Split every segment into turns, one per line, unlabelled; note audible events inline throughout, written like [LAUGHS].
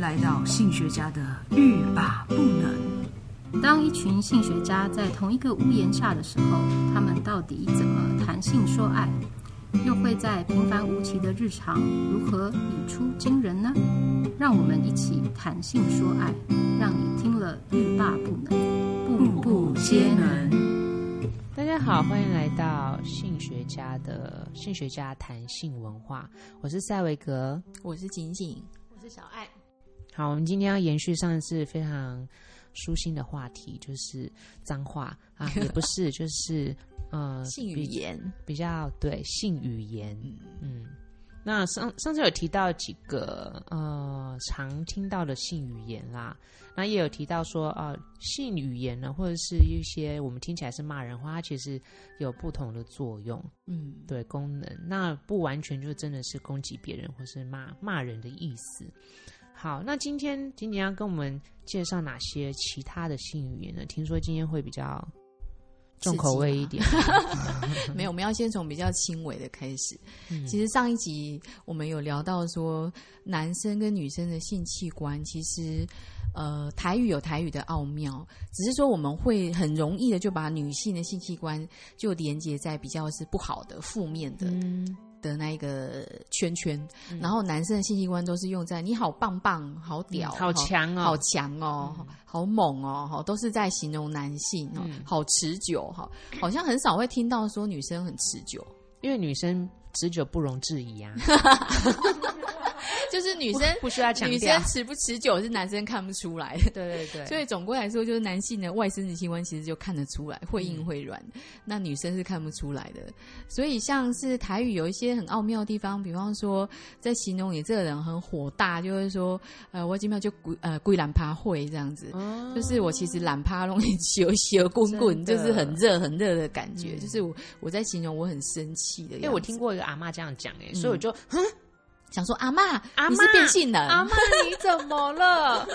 来到性学家的欲罢不能。
当一群性学家在同一个屋檐下的时候，他们到底怎么谈性说爱？又会在平凡无奇的日常如何语出惊人呢？让我们一起谈性说爱，让你听了欲罢不能，步步皆能。
大家好，欢迎来到性学家的性学家谈性文化，我是塞维格。
我是景景，
我是小爱，
好，我们今天要延续上一次非常舒心的话题，就是脏话啊，也不是，就是呃，
[LAUGHS] 性语
比
言，
比较对性语言，嗯，那上上次有提到几个呃常听到的性语言啦，那也有提到说呃性语言呢，或者是一些我们听起来是骂人话，它其实有不同的作用，
嗯，
对功能，那不完全就真的是攻击别人或是骂骂人的意思。好，那今天今天要跟我们介绍哪些其他的性语言呢？听说今天会比较重口味一点，
[LAUGHS] 没有，我们要先从比较轻微的开始。
嗯
其实上一集我们有聊到说，男生跟女生的性器官，其实呃，台语有台语的奥妙，只是说我们会很容易的就把女性的性器官就连接在比较是不好的、负面的、
嗯，
的那一个圈圈，然后男生的性器官都是用在你好棒棒、好屌、
好强哦，
好强哦，好猛哦，哈，都是在形容男性哦，
嗯
好持久哈，好像很少会听到说女生很持久， [LAUGHS]
因为女生持久不容置疑啊，
就是女生
不需要强
女
调
生。持不持久是男生看不出来的。
对对对，
所以总归来说，就是男性的外生殖器官其实就看得出来，
嗯
会硬会软，那女生是看不出来的。所以像是台语有一些很奥妙的地方，比方说在形容你这个人很火大，就会说，呃，我今天就鬼呃鬼懒趴会这样子，
哦
就是我其实懒趴 [LAUGHS] 弄你修修滚滚，
真
就
的
是很热很热的感觉，就是我我在形容我很生气的样子。
因为我听过一个阿嬷这样讲哎、所以我就
想说阿妈，
阿
你是
嬷
变性人，
阿嬷你怎么了？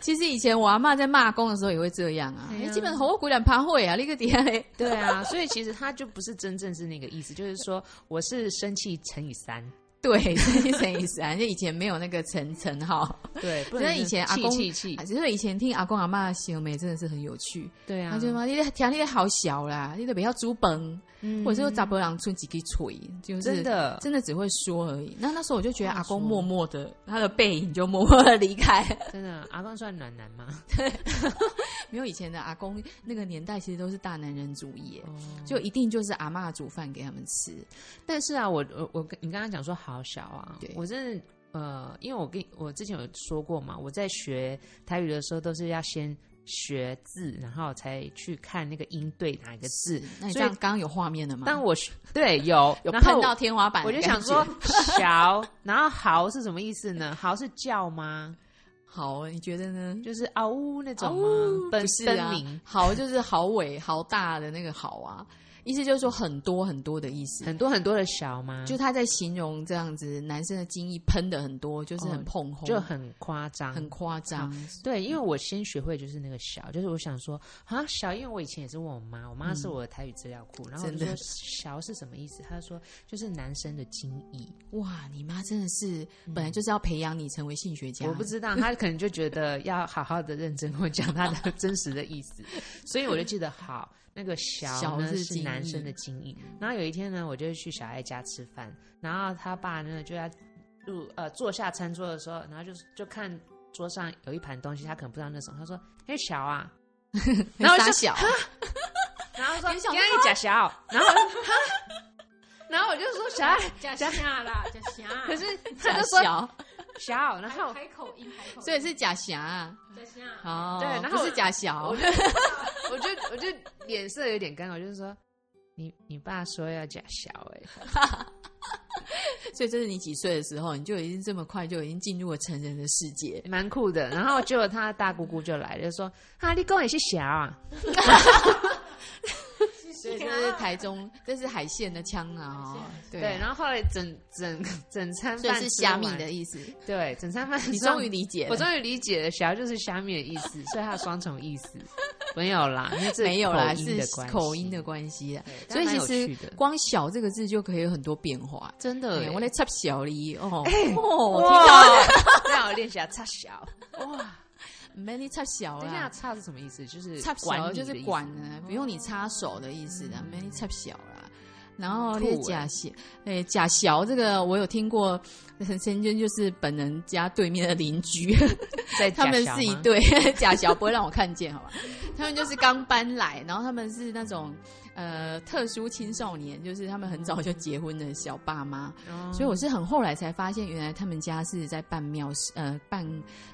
其实以前我阿妈在骂公的时候也会这样啊，
哎呀
哎基本红我鬼脸趴会啊，那个底下嘞， [LAUGHS]
对啊，所以其实他就不是真正是那个意思，就是说我是生气乘以三，
[LAUGHS] 对，所以乘以三，啊就以前没有那个层层哈。
对，不
所
能
以以前阿公
气气
啊
气，
其实以前听阿公阿妈形容美真的是很有趣，
对啊，
他就说你的条件好小啦，你都不要煮崩，
嗯
或者说杂波郎村几个锤，就是
真的
真的只会说而已。那那时候我就觉得
话
阿公
说
默默的，他的背影就默默的离开。 [LAUGHS]
真的阿公算暖男吗？ [LAUGHS]
没有以前的阿公那个年代，其实都是大男人主义耶，
哦
就一定就是阿妈煮饭给他们吃。
但是啊，我我我跟你刚刚讲说好小啊
对，
我真的呃，因为我跟我之前有说过嘛，我在学台语的时候都是要先学字，然后才去看那个音对哪一个字。
那你这
所以
样刚刚有画面了吗？
当我学对有
有
然后
碰到天花板
我
的
就
感觉，
想说
[LAUGHS]
小，然后豪是什么意思呢？豪是叫吗？
好，哦你觉得呢？
就是嗷呜那种吗？
哦，
奔
不是
奔
啊
鸣，
好就是好伟好大的那个好啊，意思就是说很多很多的意思。
很多很多的小吗？
就他在形容这样子，男生的精液喷的很多，就是很
哦
碰红，
就很夸张，
很夸张。
对，因为我先学会就是那个小，就是我想说啊小，因为我以前也是问我妈，我妈是我的台语资料库，然后我就
嗯真
说
的
小是什么意思？她说就是男生的精液，
哇，你妈真的是本来就是要培养你成为性学家，
我
[LAUGHS]
不知道，她可能就觉得要好好的认真跟我讲她的真实的意思，所以我就记得好。那个小
小
呢
是
是
精
男
液
生的精液，然后有一天呢，我就去小爱家吃饭，然后他爸呢就要入呃坐下餐桌的时候，然后就就看桌上有一盘东西，他可能不知道那什么，他说：“哎、小啊。”然后我就
傻
说
小，
然后说
你想
你爱假小，然后 [LAUGHS] 我就然后我就说 [LAUGHS] 小爱，
假虾啦，假虾，
[LAUGHS]
[LAUGHS]
可是他
假
就说 [LAUGHS]
小，
小，然
还有
后
海口音，海口音，
所以是假霞啊
假虾，
哦，
对然后
不是假小 [LAUGHS]
我，我就我就脸色有点尴尬，我就说你你爸说要假小哎、
所以这是你几岁的时候，你就已经这么快就已经进入了成人的世界，
[LAUGHS] 蛮酷的。然后结果他大姑姑就来了，就说哈你公也是小啊，
所以这是台中，这是海鲜的腔啊、哦，对
对。
后
然后后来整整整餐
所以
饭
是
吃
虾米
完
的，意思，
对，整餐饭
你
吃完
终于理解了，
我终于理解了，小就是虾米的意思，所以它有双重
[LAUGHS]
意思。没有啦，因为这
没有啦，
口音
是
的关系
口音的关系啊。
对
所以
但蛮
其
有趣
实
的哎
光“小”这个字就可以有很多变化。
真
对，
耶
欸我来插小梨哦，
哎
哦，
哇，练起来，差小哇！
没你插小
等一下，
啦，
差是什么意思？就是
插
管
小
你
就
的
是
意思
管呢，不用你插手的意思啦，没你插小啦。然后你的
酷欸
假小，诶、假小这个我有听过， [LAUGHS] 很曾经就是本人家对面的邻居，
在 [LAUGHS]
他们
假小
是一
吗，
对 [LAUGHS] 假小，不会让我看见，好吧？他们就是刚搬来，然后他们是那种呃特殊青少年，就是他们很早就结婚的小爸妈，
哦
所以我是很后来才发现，原来他们家是在办庙事，呃，办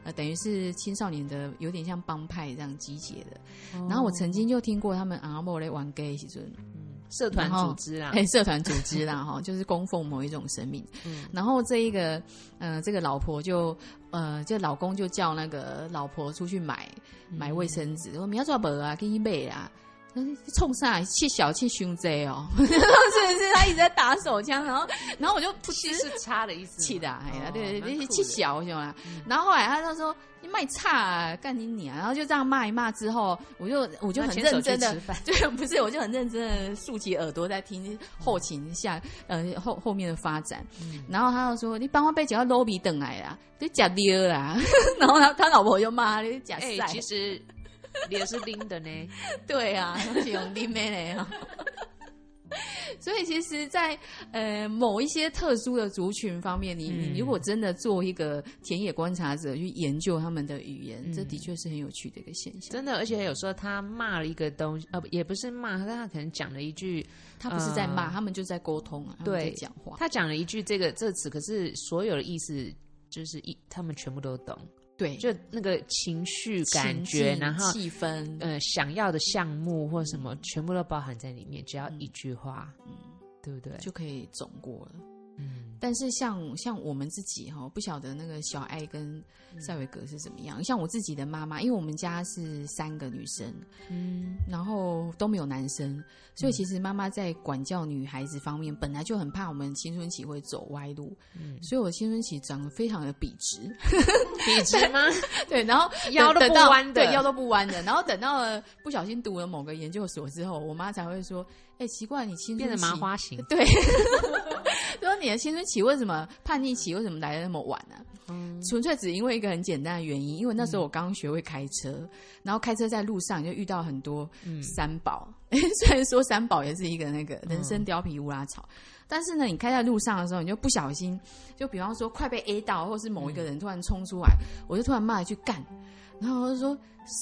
呃，等于是青少年的，有点像帮派这样集结的。
哦
然后我曾经就听过他们阿莫来玩 gay 时阵，
社团
然后
组织啦，
嘿，社团组织啦，哈，就是供奉某一种神明。
嗯
然后这一个，呃，这个老婆就，呃，这老公就叫那个老婆出去买
嗯
买卫生纸，我明要做不啊，给你买啦。但是冲上去小气胸贼哦， [LAUGHS] 是不是？他一直在打手枪，然后，然后我就不知
气是差的意思吗，
气的啊，哎呀、
哦
对对，
蛮
你
酷
气
的嗯
小是吗？然后后来他就说你卖差、啊，干你娘！然后就这样骂一骂之后，我就我就
那
很
牵手
认真
去
[LAUGHS] 的
吃，饭
对，不是，我就很认真的竖起耳朵在听后勤下呃后后面的发展。
嗯
然后他就说你帮我被脚到 lobby 等来啊啦，就假丢啦。啊 [LAUGHS] 然后他他老婆就骂他你假
哎、
晒，
其实脸是拎的呢，
对
[LAUGHS]
啊，是用弟妹嘞啊。 [LAUGHS] 所以其实在，呃某一些特殊的族群方面，你、
嗯
你如果真的做一个田野观察者去研究他们的语言，
嗯
这的确是很有趣的一个现象。
真的，而且有时候他骂了一个东西，呃，不也不是骂，但他可能讲了一句，
他不是在骂，
呃
他们就在沟通啊，他们在
对
讲话。
他讲了一句这个这个词，可是所有的意思就是一，他们全部都懂，
对，
就那个情绪感
情
觉，
境
然后
气氛，
呃想要的项目或什么，全部都包含在里面，只要一句话，
嗯，
对不对？
就可以总过了。
嗯，
但是像像我们自己哈、不晓得那个小爱跟
嗯
赛维格是怎么样。像我自己的妈妈，因为我们家是三个女生，嗯，然后都没有男生，所
嗯
以其实妈妈在管教女孩子方面，本来就很怕我们青春期会走歪路，嗯，所以我青春期长得非常的笔直， [LAUGHS]
笔直 [LAUGHS] 吗？
对，然后
腰都
等
不
到
弯的
对，腰都不弯的。然后等到了不小心读了某个研究所之后，我妈才会说：“哎、奇怪，你青春
变得麻
期
花型，
对， [LAUGHS] 说你的青春期为什么叛逆期为什么来的那么晚呢、纯粹只因为一个很简单的原因，因为那时候我刚学会开车，然后开车在路上就遇到很多三宝。 [LAUGHS] 虽然说三宝也是一个那个人参、貂皮、乌拉草，但是呢，你开在路上的时候，你就不小心，就比方说快被 A 到，或是某一个人突然冲出来，我就突然骂一句干，然后我就说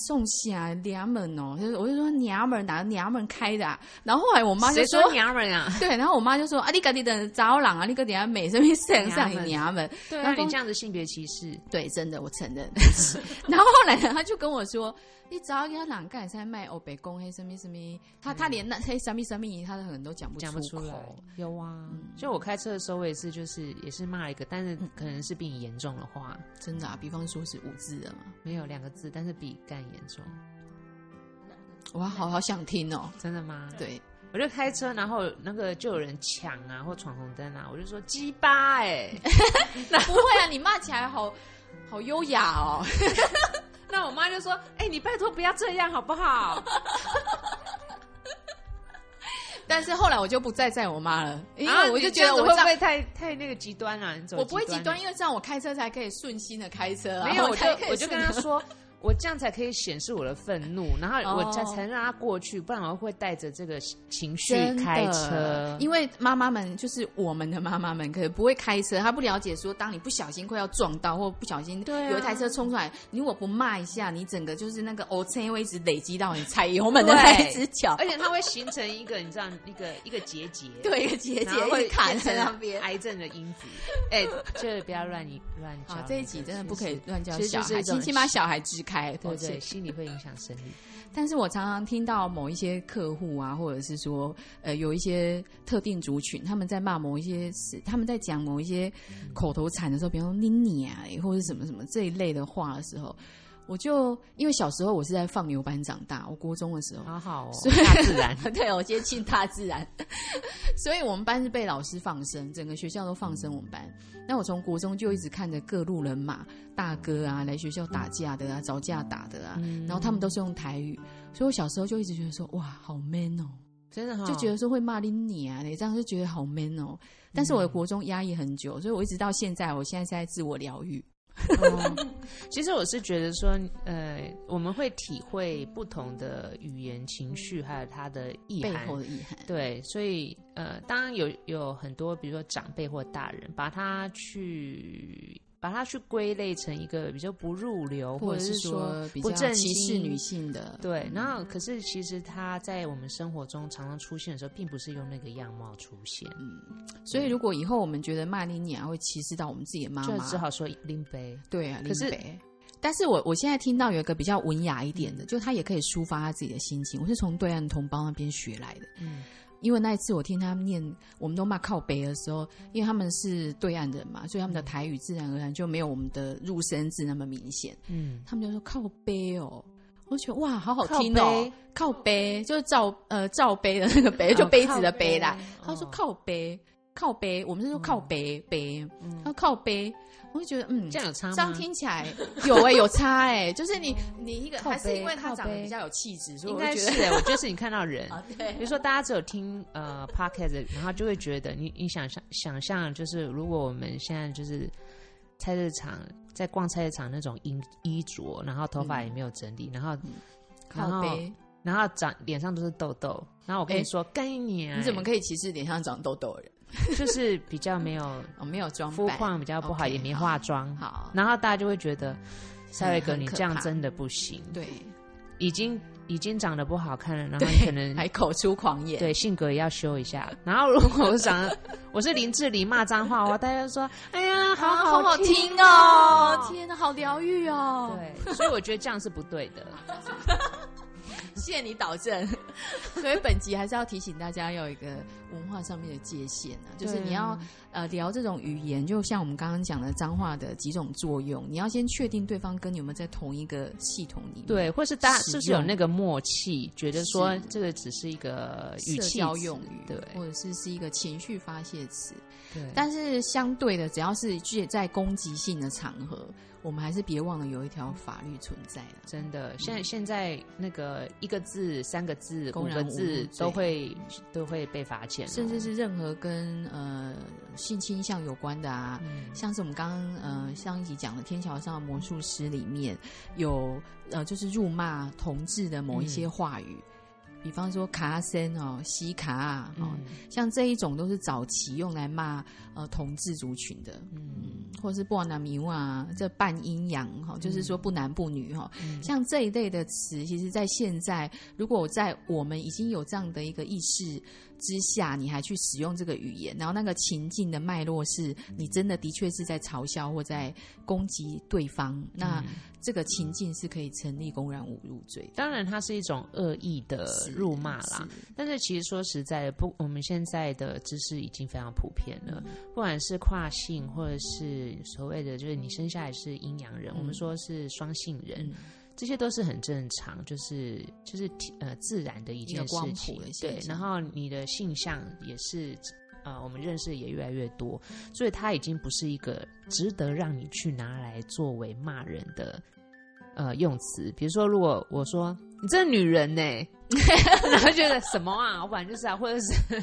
送下娘们哦，就是我就说娘们儿哪娘们儿开的、啊，然后后来我妈就
谁说娘们啊？
[LAUGHS] 对，然后我妈就说：“啊，你赶紧等找朗啊，你赶紧美什么身上
娘们
你娘们。
[LAUGHS] 对啊，
然后
你这样子性别歧视”，
对，真的，我承认。然后后来呢，他就跟我说：“你找一个朗干才卖欧哦北宫黑什么什么，他他连那黑什么什么，他的很多讲不
讲不出
口。
来。有啊，嗯就我开车的时候，我也是，就是也是骂一个，但是可能是比你严重的话，
[LAUGHS] 真的、啊，比方说是五字的嘛，
没有两个字，但是比干严重。
我好好想听哦。
真的吗？，
对，
我就开车，然后那个就有人抢啊，或闯红灯啊，我就说鸡巴哎、
不会啊，你骂起来好好优雅哦。
[LAUGHS]
[LAUGHS]
那我妈就说，哎、你拜托不要这样好不好？
但是后来我就不再载我妈了，因
啊
为我就
你
觉得
这样
我
子
这
会
样
不会太太那个极端了、你走
我不会极
了
端，因为这样我开车才可以顺心的开车、啊。
没有，我就
才可以
我就跟
顺 [LAUGHS]
他
地
说，我这样才可以显示我的愤怒，然后我才
哦
才能让他过去，不然我会带着这个情绪
真的
开车。
因为妈妈们就是我们的妈妈们，可能不会开车，她不了解说，当你不小心快要撞到，或不小心
对啊
有一台车冲出来，你如果不骂一下，你整个就是那个 O 车会一直累积到你踩油门的
对
那一只脚，
而且它会形成一个你知道一个一个结节，
[LAUGHS] 对一个结
然后
节
会
会哎卡
变
在 [LAUGHS]
成
那边。
癌症的因子。哎、就是不要乱一乱教
好
那，个。
这一集真的不可以乱教
其实
小
就是
孩，
一种
请请把小孩支开，抱
对
歉
对，心理会影响
[LAUGHS]
生理。
但是我常常听到某一些客户啊，或者是说，呃，有一些特定族群，他们在骂某一些事，他们在讲某一些口头禅的时候，比方说“你你啊”或者什么什么这一类的话的时候，我就因为小时候我是在放牛班长大，我国中的时候，
好好哦，
所以
大自然。
[LAUGHS] 对我接近大自然， [LAUGHS] 所以我们班是被老师放生，整个学校都放生我们班。那我从国中就一直看着各路人马、大哥啊来学校打架的啊、找架打的啊，然后他们都是用台语，所以我小时候就一直觉得说哇，好 man 哦，
真的哈、
就觉得说会骂你你啊，你这样就觉得好 man 哦。但是我的国中压抑很久，所以我一直到现在，我现在是在自我疗愈。
其实我是觉得说，呃，我们会体会不同的语言情绪，还有它的意
背
涵。
后的意涵。
对，所以呃，当然有有很多，比如说长辈或大人，把它去把它去归类成一个比较不入流，
或
者
者
是
是说嗯比
不
较
正
歧视
经
女性的，
对，然后可是其实他在我们生活中常常出现的时候，并不是用那个样貌出现，
嗯所以如果以后我们觉得骂你你啊会歧视到我们自己的妈
就
妈，
只好说拎杯。
对啊，
可是
林北。但是我我现在听到有一个比较文雅一点的，就他也可以抒发他自己的心情。我是从对岸同胞那边学来的，
嗯，
因为那一次我听他们念，我们都骂靠北的时候，因为他们是对岸人嘛，所以他们的台语自然而然就没有我们的入声字那么明显。
嗯，
他们就说靠背哦，我就觉得哇，好好
靠
听哦
背，
靠背就是罩呃罩杯的那个杯，就杯子的杯啦。他说
哦
靠背，靠背，我们是说靠背背，他说靠背，我就觉得嗯，
这样有差吗？
这样听起来有哎、有差哎、就是你你一个
靠
还是
背
因为他
靠
长得
背
比较有气质，所以嗯
应
我就
该
觉
是
得
欸，我觉得是你看
[LAUGHS]
到人。 [LAUGHS]
啊对
比如说，大家只有听呃 podcast，然后就会觉得你你想象想象，就是如果我们现在就是菜市场在逛菜市场那种衣衣着，然后头发也没有整
嗯
理，然后然
靠
后
背，
然后长脸上都是痘痘，然后我跟你
哎
说，干一年
你怎么可以歧视脸上长痘痘的人？
[LAUGHS] 就是比较没
[LAUGHS]
有
哦，没有妆
肤
扮
况比较不好，
OK，
也没化妆，
好，嗯
然后大家就会觉得赛瑞哥
很
你
可
这样
怕
真的不行，
对
已经已经长得不好看了，然后你
对，
可能
还口出狂言，
对，性格也要修一下。然后如果
[LAUGHS]
我想我是林志玲骂脏话，我大家就说哎呀，
啊，
好
好好听哦，天哪，好疗愈哦，
对，所以我觉得这样是不对
[LAUGHS]
的。
谢谢你导正。 [LAUGHS] 所以本集还是要提醒大家要有一个文化上面的界限啊，就是你要呃聊这种语言，就像我们刚刚讲的脏话的几种作用，你要先确定对方跟你有没有在同一个系统里面。
对，或是大家
使
是不是有
用
那个默契，觉得说
是
这个只是一个语
社
气
交
词
用语，
对
或者是是一个情绪发泄词，
对，
但是相对的，只要是具在攻击性的场合，我们还是别忘了有一条法律存在的。
真的，现在现在那个一个字、三个字、五
公然
个
侮辱
字
罪
都会都会被罚钱哦，
甚至是任何跟呃性倾向有关的啊，
嗯
像是我们刚刚呃上一集讲的《天桥上的魔术师》里面有呃就是辱骂同志的某一些话语，比方说卡森哦、西卡啊、哦，
嗯
像这一种都是早期用来骂呃同志族群的，嗯，或是波南米啊，这半阴阳哈、哦，就是说
嗯
不男不女哈、哦，像这一类的词，其实在现在，如果我在我们已经有这样的一个意识之下，你还去使用这个语言，然后那个情境的脉络是你
嗯
真的的确是在嘲笑或在攻击对方，那
嗯
这个情境是可以成立公然侮辱罪的。
当然它是一种恶意的
是
呃辱骂啦，
是
但是其实说实在的，不，我们现在的知识已经非常普遍了，不管是跨性，或者是所谓的就是你生下来是阴阳人，我们说是双性人，
嗯
这些都是很正常，就是就是体呃自然的一件
一个
事
光
情
谱的。现
对，
象
然后你的性向也是。呃，我们认识也越来越多，所以它已经不是一个值得让你去拿来作为骂人的呃用词。比如说，如果我说你这女人呢、 [LAUGHS] 然后觉得什么啊，我本来就是啊，或者是，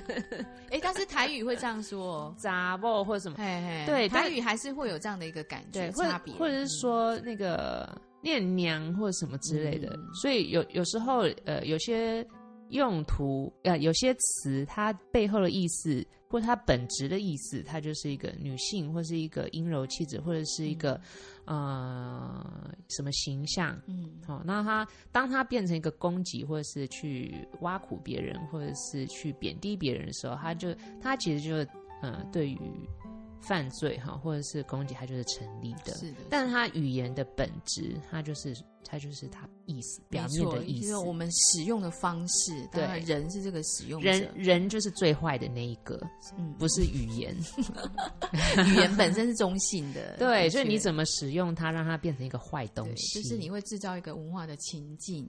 哎、但是台语会这样说、哦
杂货或者什么，
嘿嘿，
对但
台语还是会有这样的一个感
对，
觉
或者
差别，
或者是
嗯
说那个念娘或者什么之类的。
嗯
所以有有时候呃，有些用途呃，有些词它背后的意思或它本质的意思，它就是一个女性或是一个阴柔气质，或者是一个、呃什么形象。
嗯，
好、那他当他变成一个攻击，或者是去挖苦别人，或者是去贬低别人的时候，他就他其实就呃，对于犯罪哈、或者是攻击，他就是成立的。
是的，
嗯但他语言的本质，它就是它就是它意思表
没
面
错
的意
就是
思。
我们使用的方式，当然
对
人是这个使用者，
人人就是最坏的那一个，
嗯
不是语
[LAUGHS]
言。
语言本身是中性的，
[LAUGHS] 对，所以你
么
怎么使用它，让它变成一个坏东西？嗯
就是你会制造一个文化的情境。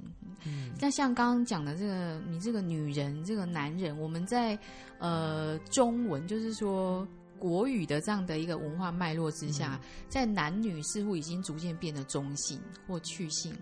那像刚刚讲的这个，你这个女人，这个男人，我们在呃中文就是说。国语的这样的一个文化脉络之下，
嗯
在男女似乎已经逐渐变得中性或去性，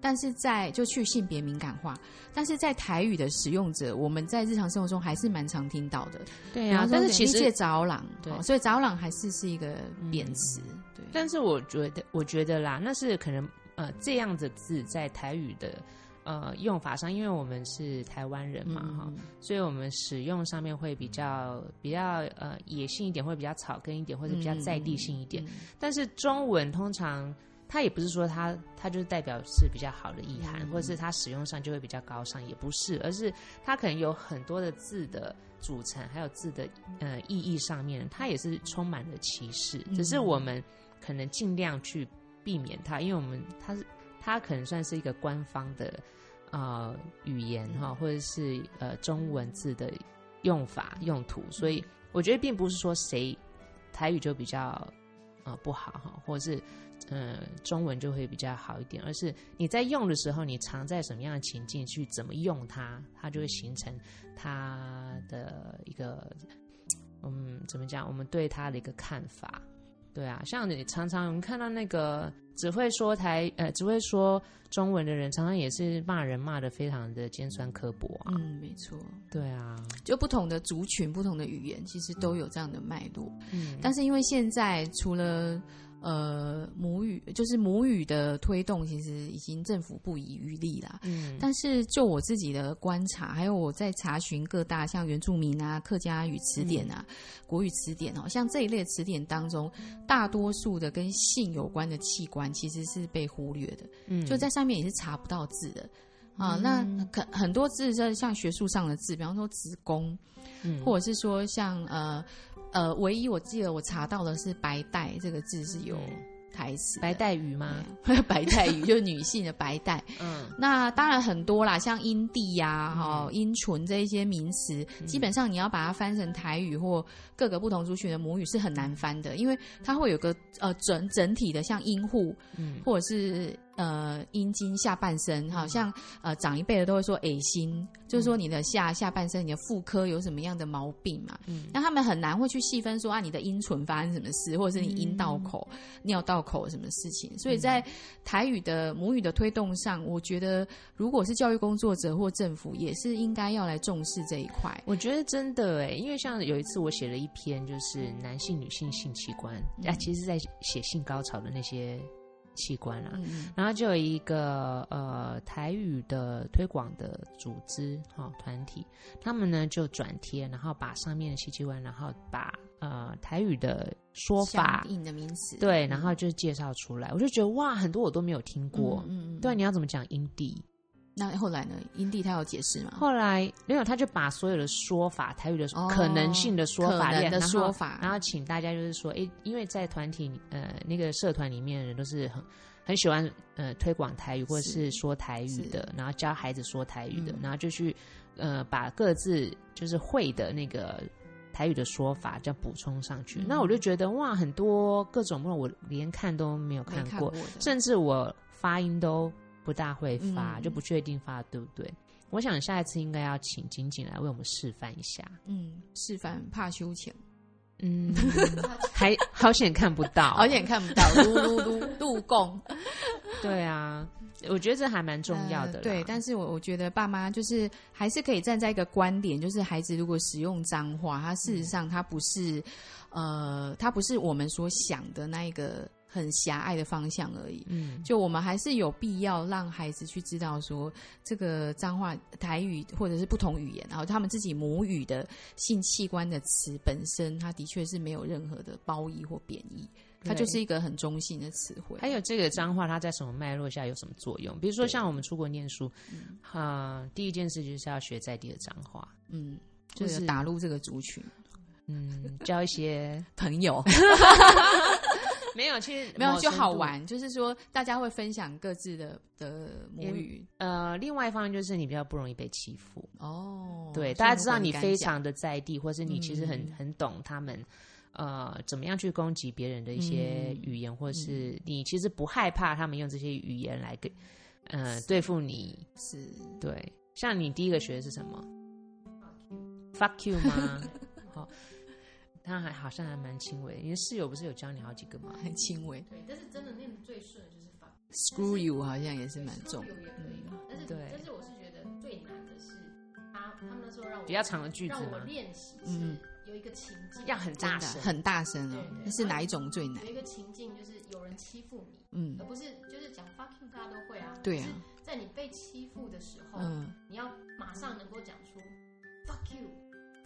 但是在就去性别敏感化，但是在台语的使用者，我们在日常生活中还是蛮常听到的。
对
然
啊
后，
但
说
是其
你
实
借早朗，
对嗯
哦所以早朗还是是一个贬词，对，对，
但是我觉得，我觉得啦，那是可能呃这样的字在台语的呃用法上，因为我们是台湾人嘛
嗯
哈、所以我们使用上面会比较比较呃野性一点，会比较草根一点，或者比较在地
嗯
性一点。但是中文通常。它也不是说它，它就是代表是比较好的意涵，或者是它使用上就会比较高尚，也不是，而是它可能有很多的字的组成，还有字的呃意义上面，它也是充满了歧视，只是我们可能尽量去避免它，因为我们它是它可能算是一个官方的呃语言哈，或者是呃中文字的用法用途，所以我觉得并不是说谁台语就比较呃不好哈，或者是呃中文就会比较好一点，而是你在用的时候，你常在什么样的情境去怎么用它，它就会形成它的一个嗯怎么讲，我们对它的一个看法。对啊，像你常常我们看到那个只会说台呃只会说中文的人，常常也是骂人骂的非常的尖酸刻薄啊。
嗯，没错，
对啊，
就不同的族群、不同的语言，其实都有这样的脉络。
嗯，
但是因为现在除了呃母语，就是母语的推动，其实已经政府不遗余力啦。
嗯
但是就我自己的观察，还有我在查询各大像原住民啊、客家语词典啊、
嗯
国语词典哦，像这一类词典当中，大多数的跟性有关的器官其实是被忽略的。
嗯
就在上面也是查不到字的。啊，那可很多字，在像学术上的字，比方说子宫，
嗯
或者是说像呃呃，唯一我记得我查到的是“白带”这个字是有台词的，
嗯白带鱼吗？
对 [LAUGHS] 白带鱼就是女性的白带。
嗯
那当然很多啦，像阴蒂呀、哈、阴唇这一些名词，
嗯
基本上你要把它翻成台语或各个不同族群的母语是很难翻的，因为它会有个呃整整体的像阴户，
嗯
或者是呃阴茎下半身，好像
嗯
呃长一辈的都会说“诶心”，就是说你的下下半身、你的妇科有什么样的毛病嘛？
嗯
那他们很难会去细分说啊，你的阴唇发生什么事，或者是你阴道口、
嗯
尿道口什么事情。所以在台语的母语的推动上，我觉得如果是教育工作者或政府，也是应该要来重视这一块。
我觉得真的哎，因为像有一次我写了一篇，就是男性、女性性器官，
嗯
啊，其实在写性高潮的那些器官啊，
嗯
然后就有一个呃台语的推广的组织哈、哦团体，他们呢就转贴，然后把上面的性器官，然后把呃台语的说法
相，应的名词，
对，
嗯
然后就介绍出来，我就觉得哇，很多我都没有听过。
嗯嗯嗯
对，你要怎么讲阴蒂？
那后来呢？阴蒂他有解释吗？
后来没有，他就把所有的说法，台语的
哦
可能性的说法
可能
列，
的
然后
说法
然后请大家就是说，诶，因为在团体呃那个社团里面的人都是很很喜欢呃推广台语或者是说台语的，然后教孩子说台语的，
嗯
然后就去呃把各自就是会的那个。台语的说法这样补充上
嗯
去，那我就觉得哇，很多各种不同，我连看都没有
没
看
看
过，
的
甚至我发音都不大会发，
嗯
就不确定发得对不对。我想下一次应该要请景景来为我们示范一下。
嗯，示范怕羞情，
嗯， [LAUGHS] 还 [LAUGHS] 好险看不到，
而且看不到，噜噜噜， [LAUGHS] 度共
对啊，我觉得这还蛮 [LAUGHS] 重要的啦、
呃对，但是我我觉得爸妈就是还是可以站在一个观点，就是孩子如果使用脏话，他事实上他不是，呃，他不是我们所想的那一个很狭隘的方向而已。
嗯
就我们还是有必要让孩子去知道说，这个脏话、台语或者是不同语言，然后他们自己母语的性器官的词本身，它的确是没有任何的褒义或贬义，它
对
就是一个很中性的词汇。
还有这个脏话，它在什么脉络下有什么作用？比如说像我们出国念书，啊、第一件事就是要学在地的脏话，
嗯，
就
就是是打入这个族群
嗯，教一些
朋友，
[LAUGHS] 没有，其实
[LAUGHS] 没有
某
就
程
好
度
[LAUGHS] 玩，就是说大家会分享各自的的母语
呃，另外一方面就是你比较不容易被欺负，
哦。
对，
所以
大家知
如果
道你
敢
非
讲
常的在地，或是你其实很很懂他们，呃，怎么样去攻击别人的一些语言，或是你其实不害怕他们用这些语言来跟，呃，对付你。
是
对，像你第一个学的是什么？fuck you 吗？ [LAUGHS] 好，他还好像还蛮轻微。你的室友不是有教你好几个吗？
很轻微
对，但是真的念的最顺的就是法
，screw you 好像也是蛮重，
有也可以吧，但是
对
但是我是觉得最难的是他他们那时候让我
比较长的句子
让我
吗？
练习
嗯
是有有一个情境，
要很
真
大
的
声，
很大声哦
对对，
那是哪一种最难
有？一个情境就是有人欺负你，
嗯
而，不是就是讲 fuck you，大家都会啊。
对啊，
在你被欺负的时
哦
候，
嗯，
你要马上能够讲出 fuck you，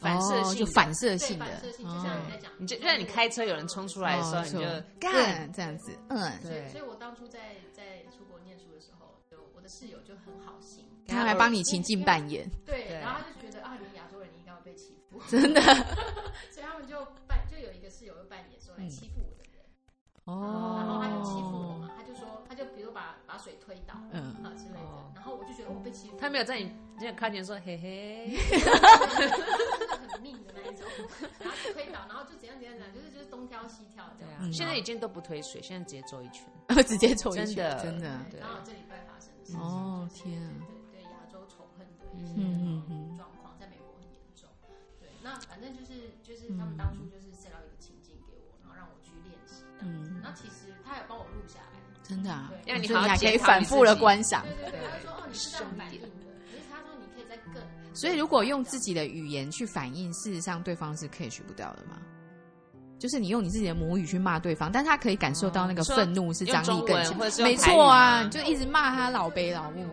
反射
哦
性
就
的嗯
反射
对
性
反
的
射，性，就像你
哦
在讲，
你就就像你开车有人冲出来的时候，
哦
你
说
就干，
干这样子，嗯，
所以，
对
所以我当初在在出国念书的时候，就我的室友就很好心，
他还帮你情境扮
哦
演，
对，
对
然后他就觉得啊，你们亚洲人你应该会被欺负，真
[LAUGHS]
的，所以他们就扮就有一个室友就扮演说来
嗯
欺负我的人，
哦， [LAUGHS]
然后他就欺负我嘛，他就说他就比如把把水推倒啊
嗯，
之类的
哦，
然后我就觉得我被欺负，
他没有在你这靠前说嘿嘿，
[LAUGHS]
真的很命的那一种，然后就推倒，然后就怎样怎样怎样，就是就是东挑西挑这
对
样，
啊，现在已经都不推水，现在直接走一圈，
直接抽一
真
拳
的
真的，
对
对然后这礼拜发生的事情，
啊哦
就是
天啊，
对对对，亚洲仇恨的一些
嗯嗯嗯
状况，在美国很严重。对，那反正就是就是他们当初就是设到一个情境给我，然后让我去练习这样子
嗯。
那其实他有帮我录下来，
真的啊，
对
让你
所以
好
你
好
还可以
检讨
反
你
复
自
的
己
观赏。
对对对，
对
他就说哦你是这样
顺
反
一
应
点
的，可是他说你可以再更。
所以，如果用自己的语言去反应，事实上对方是 catch 不到的嘛。就是你用你自己的母语去骂对方，但他可以感受到那个愤怒是张力更
用中
强
文或者。是用
没错啊，
台语吗
你就一直骂他老北老母，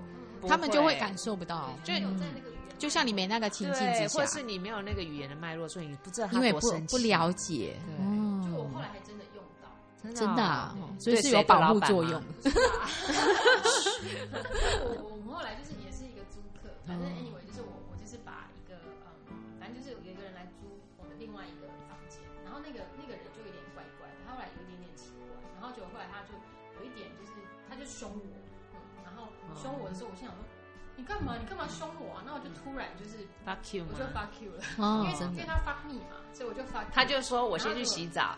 他们就会感受不到。
就
就
嗯有在那个语言，
嗯就像你没那个情境
对，
之
或
下，
是你没有那个语言的脉络，所以啊你不知道他
因为
多
不
生气
不了解，
对
嗯
就我后来还真的用到，
真
真的啊
哦，
所以是
对
有
谁的
保
老
护
板
作
吗
用。 [LAUGHS]
我我们后来就是也是一个租客，反正
哦
anyway 就是我我就是把一个嗯，反正就是有一个人来租我们另外一个房间，然后那个那个人就有点怪怪的，他后来有一点点奇怪，然后就后来他就有一点就是他就凶我，嗯，然后凶我的时候，我心想说你干嘛你干嘛凶我啊？那我就突然就是
，fuck you
我就
嘛，
fuck you 了，因
哦
为，
真
因为
的，
他 fuck me 嘛，所以我就 fuck you
他就说我先去洗澡，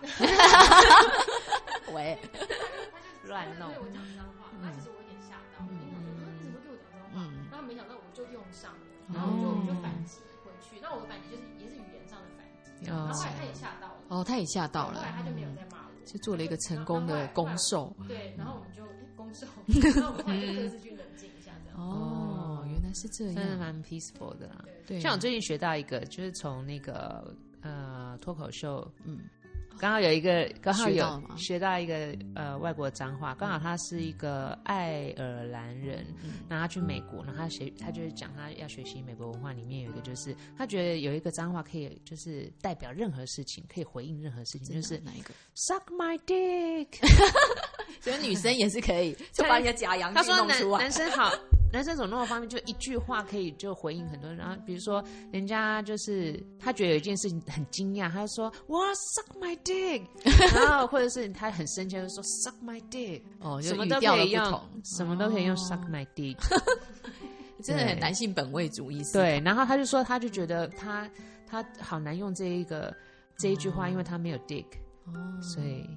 喂，
他 [LAUGHS] 就
乱
他
弄
就对我讲脏话，那其实我有点吓到，我心想说嗯你怎么会对我讲脏话？
嗯，
然后没想到我就用上了，
哦
然后我就我就反击回去，那我的反击就是也是语言上的反击，这样
哦
然后后来他也吓到了，
哦，他也吓到
后来
了，
他就没有再骂我，
就做了一个成功的攻，受。嗯
对，然后我们就哎
[LAUGHS]
攻受，然后我们后来就各自去冷静一下，这样，
哦，原来是这
啊真的
样，
蛮 peaceful 的啦。
对
对，
啊，
像我最近学到一个，就是从那个呃脱口秀，
嗯
嗯，刚好有一个刚好
学到了
有
吗嗯
学到一个呃外国脏话，刚好他是一个爱尔兰人，然后他去美国，然后他学他就是讲他要学习美国文化，里面有一个就是他觉得有一个脏话可以就是代表任何事情，可以回应任何事情，
真的
就是
哪一个？
suck my dick。
[LAUGHS] 所以女生也是可以， [LAUGHS] 就把你的假阳
他
具
说
弄
男
出来。
男生好，男生怎么那么方便？就一句话可以就回应很多人。然后比如说，人家就是他觉得有一件事情很惊讶，他就说哇 suck my [LAUGHS] dick，然后或者是他很生气，他就说 suck my dick，
哦，就
什么
语
都
调
可
的
以
不
用
同，，
什么都可以用
哦
suck my [LAUGHS] dick。
真的很
对
男性本位主义思考。
对，然后他就说，他就觉得他他好难用这一个这一句话，因为他没有 dick，
哦，
所以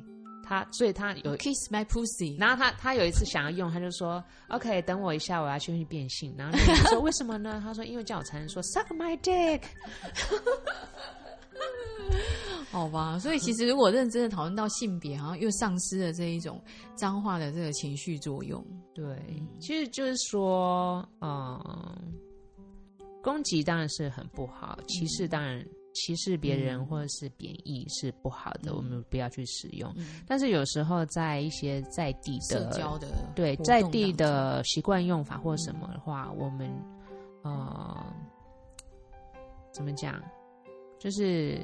他所以他有
kiss my pussy，
然后他他有一次想要用，他就说 OK，等我一下，我要先去变性。然后那个人说为什么呢？他说因为叫我才能说 suck my dick。
好吧。所以其实如果认真的讨论到性别，好像又丧失了这一种脏话的这个情绪作用。
对，其实就是说，嗯，攻击当然是很不好，歧视当然歧视别人或者是贬义是不好的，
嗯
我们不要去使用。
嗯，
但是有时候在一些在地
社
的
交的
对
活动
在地
当中，嗯
的习惯用法或什么的话，我们呃怎么讲，就是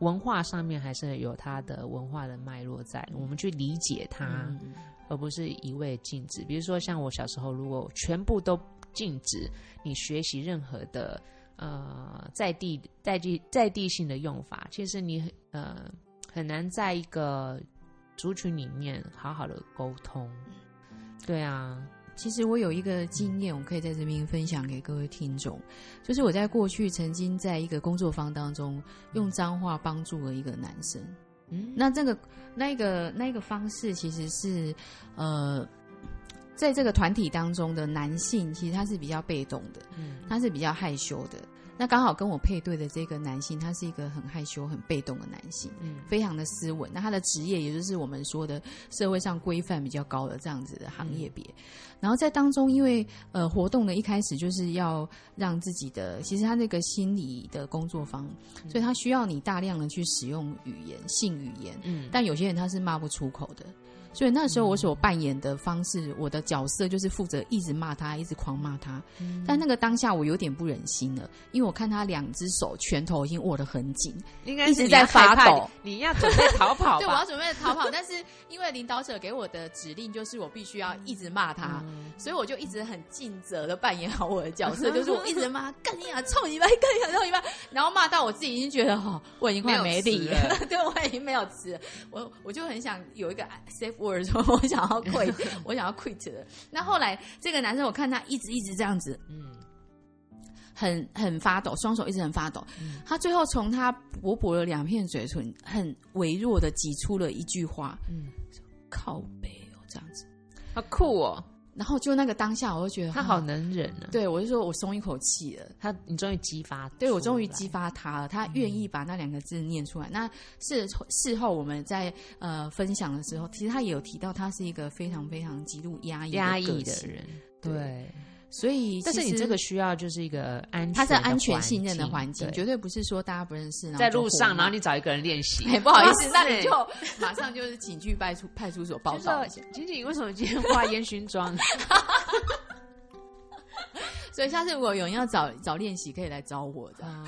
文化上面还是有它的文化的脉络在，我们去理解它，
嗯，
而不是一味禁止。比如说像我小时候，如果全部都禁止你学习任何的呃在地在地在地性的用法，其实你很呃很难在一个族群里面好好的沟通。
嗯
对啊，
其实我有一个经验，我可以在这边分享给各位听众，就是我在过去曾经在一个工作坊当中用脏话帮助了一个男生。
嗯，
那这个那个那个方式其实是呃，在这个团体当中的男性，其实他是比较被动的，
嗯
他是比较害羞的。那刚好跟我配对的这个男性，他是一个很害羞、很被动的男性，
嗯
非常的斯文。那他的职业，也就是我们说的社会上规范比较高的这样子的行
嗯
业别。然后在当中，因为呃活动的一开始就是要让自己的，其实他那个心理的工作坊，
嗯
所以他需要你大量的去使用语言、性语言，
嗯，
但有些人他是骂不出口的。所以那时候我所扮演的方式，我的角色就是负责一直骂他，一直狂骂他。
嗯
但那个当下我有点不忍心了，因为我看他两只手拳头已经握得很紧，
应该是
一直
你要
在发
害怕
抖
你，你要准备逃跑
[LAUGHS] 对，我要
吧？
准备逃
[LAUGHS]
跑。但是因为领导者给我的指令就是我必须要一直骂他，
嗯
所以我就一直很尽责的扮演好我的角
[LAUGHS]
色，就是我一直骂干你啊，臭你妈，干你啊，臭你妈，然后骂到我自己已经觉得哈、哦，我已经快没力
没有词
[LAUGHS] 对我已经没有词了，我我就很想有一个 safe word，说我想要 quit，我想要 quit 了。那后来这个男生，我看他一直一直这样子，
嗯
很很发抖，双手一直很发抖。
嗯
他最后从他薄薄的两片嘴唇，很微弱的挤出了一句话
嗯，：“
靠背哦，这样子。
好酷哦，”
然后就那个当下，我就觉得
他好，能忍啊！
对我就说我松一口气了。
他，你终于激发出来，
对我终于激发他了，他愿
嗯
意把那两个字念出来。那事事后我们在呃分享的时候，其实他也有提到，他是一个非常非常极度压抑
压抑
个
的
性，
人，
对
对。
所以
但是
其
你这
实
个需要就是一个安全，
他是安全信任的环境，
对
绝对不是说大家不认识，然后
在
就
路
互
上，
骂
然后你找一个人练习。
啊 [LAUGHS] 哎，不好意思，
哇
那
塞
你就 [LAUGHS] 马上就是请去派出派出所报道一下。
仅仅为什么今天化烟
[LAUGHS]
熏妆？
所以下次如果有人要找找练习，可以来找我的。
嗯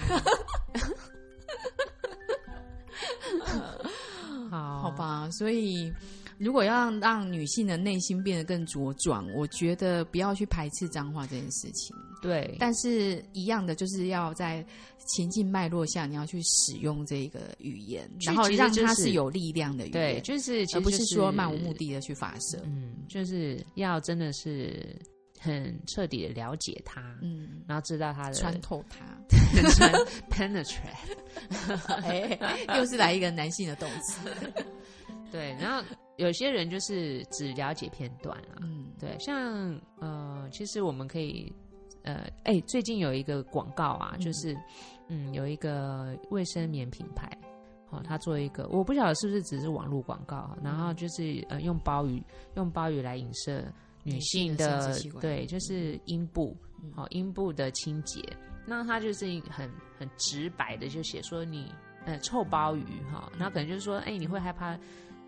好，
好，吧，所以如果要让女性的内心变得更茁壮，我觉得不要去排斥脏话这件事情，
对，
但是一样的就是要在情境脉络下，你要去使用这个语言，
去
然后
其实
让
就
它
是
是有力量的语
对，
言，
就是其实
而不
就是
说漫无目，的的去发射。
嗯，就是要真的是很彻底的了解他，
嗯，
然后知道他的 [LAUGHS]
穿透它， [LAUGHS]
穿 penetrate，
哎，又是来一个男性的动词。
对，然后有些人就是只了解片段啊，
嗯，
对，像呃，其实我们可以，呃，哎、最近有一个广告啊，就
嗯
是嗯，有一个卫生棉品牌，好、哦，
嗯
他做一个，我不晓得是不是只是网络广告，啊然后就是呃，用鲍鱼用鲍鱼来影射女
女性
性
的
的
生殖器官
对，就是阴部，
嗯
好、阴部的清洁，那他就是很很直白的就写说你呃臭鲍鱼哈，那、可能就是说哎、你会害怕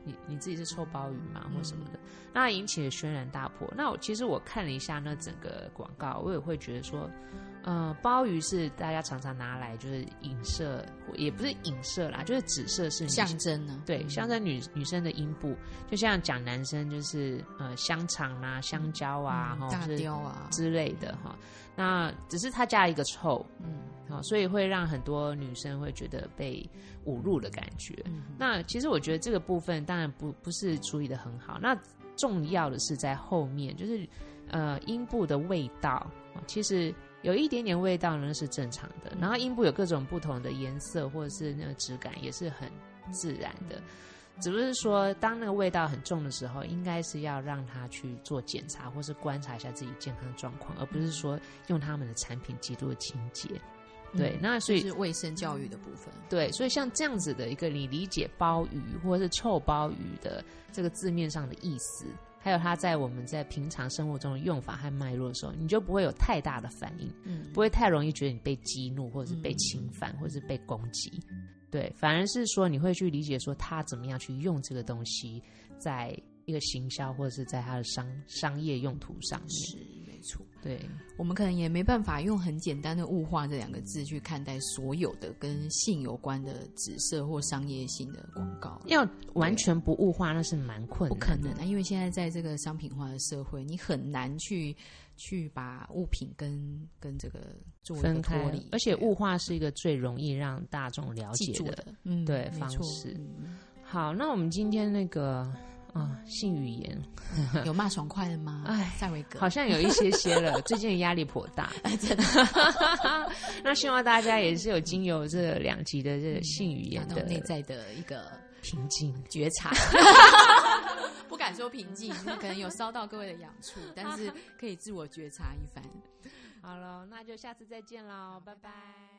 你你自己是臭鲍鱼吗或什么
嗯
的，那引起了轩然大波。那我其实我看了一下那整个广告，我也会觉得说，呃，鲍鱼是大家常常拿来就是影射，也不是影射啦，就是指射是女
象征啊嗯呢？
嗯对，象征女女生的阴部，就像讲男生就是呃香肠啊、香蕉啊，哈、
嗯大
就是
雕啊，
之类的哈。那只是它加了一个臭，
嗯
好，所以会让很多女生会觉得被侮辱的感觉。
嗯
那其实我觉得这个部分当然不不是处理的很好，那重要的是在后面，就是呃阴部的味道，啊其实有一点点味道呢是正常的，然后阴部有各种不同的颜色或者是那个质感也是很自然的。只不是说，当那个味道很重的时候，应该是要让他去做检查，或是观察一下自己健康状况，而不是说用他们的产品极度的清洁。对，
嗯
那所以
就是卫生教育的部分。
对，所以像这样子的一个你理解鲍鱼或者是臭鲍鱼的这个字面上的意思，还有它在我们在平常生活中的用法和脉络的时候，你就不会有太大的反应，
嗯，
不会太容易觉得你被激怒，或者是被侵犯，或者是被攻击。对，反而是说你会去理解说他怎么样去用这个东西，在一个行销或者是在他的商商业用途上面。
是没错。
对，
我们可能也没办法用很简单的物化这两个字去看待所有的跟性有关的紫色或商业性的广告。
要完全不物化那是蛮困
不
难的，
可能啊，因为现在在这个商品化的社会，你很难去去把物品跟跟这个做一
分
个
开
脱离，，
而且
对啊
物化是一个最容易让大众了
记
解
住
的。
的，嗯，
对
没
方
错
式
嗯
好，那我们今天那个啊，性语言
嗯有骂爽快的
[LAUGHS]
吗？
哎
塞维格
好，像有一些些 [LAUGHS] 了，最近的压力颇大，哎真的。那希望大家也是有经由这两集的这个性语言
达
的
到内在的一个
平静。
觉察，不敢说平静，可能有烧到各位的痒处，但是可以自我觉察一番。
好了，那就下次再见喽，
好拜
拜拜